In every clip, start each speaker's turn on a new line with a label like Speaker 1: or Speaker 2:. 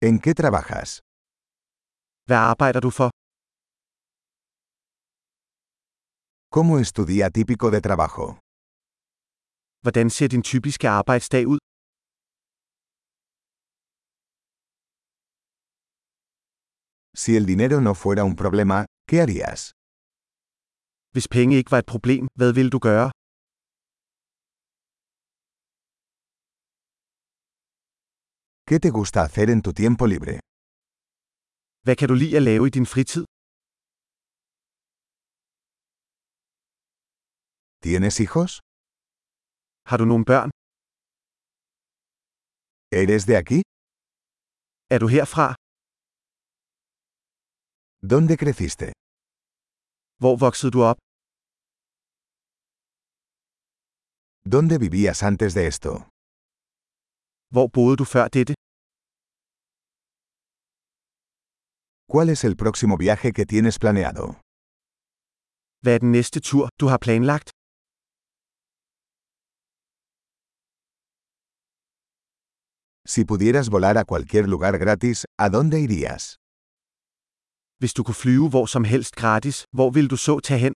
Speaker 1: ¿En qué trabajas?
Speaker 2: Hvad arbejder du for?
Speaker 1: ¿Cómo es tu día típico de trabajo?
Speaker 2: Hvordan ser din typiske arbejdsdag ud?
Speaker 1: Si el dinero no fuera un problema, ¿qué harías?
Speaker 2: Hvis penge ikke var et problem, hvad ville du gøre?
Speaker 1: ¿Qué te gusta hacer en tu tiempo libre?
Speaker 2: Hvad kan du lide at lave i din fritid?
Speaker 1: ¿Tienes hijos?
Speaker 2: Har du nogle børn?
Speaker 1: ¿Eres de aquí?
Speaker 2: Er du herfra?
Speaker 1: ¿Dónde creciste?
Speaker 2: Hvor voksede du op?
Speaker 1: ¿Dónde vivías antes de esto?
Speaker 2: Hvor boede du før dette?
Speaker 1: ¿Cuál es el próximo viaje que tienes planeado?
Speaker 2: Hvad er den næste tur, du har planlagt?
Speaker 1: Si pudieras volar a cualquier lugar gratis, ¿a dónde irías?
Speaker 2: Hvis du kunne flyve hvor som helst gratis, hvor vil du så tage hen?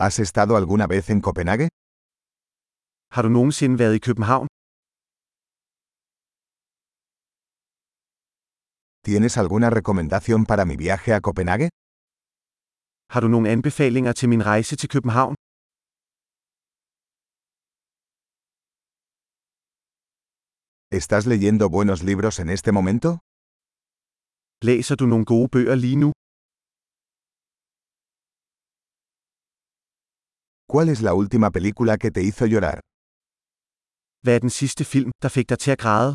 Speaker 1: ¿Has estado alguna vez en Copenhague?
Speaker 2: Har du nogensinde været i København?
Speaker 1: ¿Tienes alguna recomendación para mi viaje a Copenhague?
Speaker 2: Har du nogle anbefalinger til min rejse til København?
Speaker 1: ¿Estás leyendo buenos libros en este momento?
Speaker 2: Læser du nogle gode bøger lige nu?
Speaker 1: ¿Cuál es la última película que te hizo llorar?
Speaker 2: Hvad er den sidste film, der fik dig til at græde?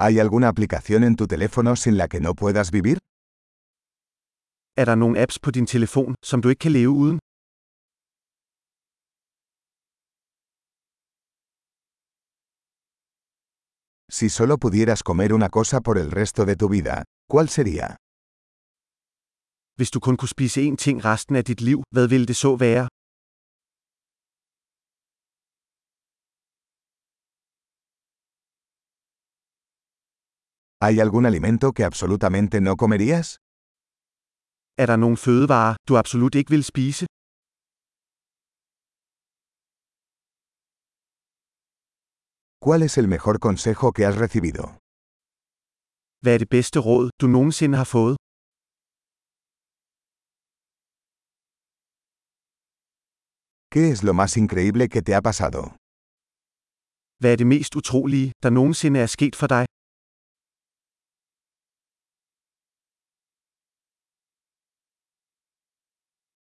Speaker 1: ¿Hay alguna aplicación en tu teléfono sin la que no puedas vivir?
Speaker 2: Er der nogle apps på din telefon, som du ikke kan leve uden?
Speaker 1: Si solo pudieras comer una cosa por el resto de tu vida, ¿cuál sería?
Speaker 2: Hvis du kun kunne spise én ting resten af dit liv, hvad ville det så være?
Speaker 1: ¿Hay algún alimento que absolutamente no comerías?
Speaker 2: Er der nogle fødevarer, du absolut ikke vil spise?
Speaker 1: ¿Cuál es el mejor consejo que has recibido?
Speaker 2: Hvad er det bedste råd, du nogensinde har fået?
Speaker 1: ¿Qué es lo más increíble que te ha pasado?
Speaker 2: Hvad er det mest utrolige, der nogensinde er sket for dig?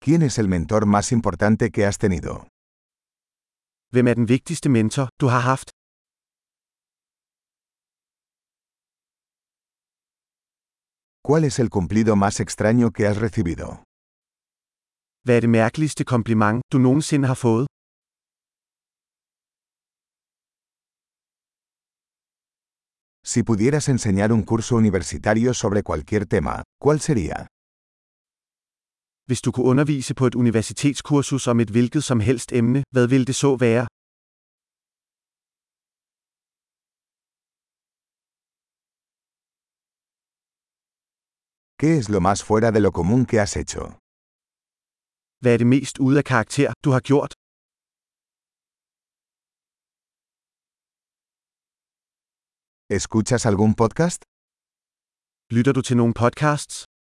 Speaker 1: ¿Quién es el mentor más importante que has tenido?
Speaker 2: Hvem er den vigtigste mentor, du har haft?
Speaker 1: ¿Cuál es el cumplido más extraño que has recibido?
Speaker 2: Hvad er det mærkeligste kompliment, du nogensinde har fået?
Speaker 1: Si pudieras enseñar un curso universitario sobre cualquier tema, ¿cuál sería?
Speaker 2: Hvis du kunne undervise på et universitetskursus om et hvilket som helst emne, hvad ville det så være?
Speaker 1: ¿Qué es lo más fuera de lo común que has hecho?
Speaker 2: Hvad er det mest ude af karakter, du har gjort?
Speaker 1: ¿Escuchas algún podcast?
Speaker 2: Lytter du til nogle podcasts?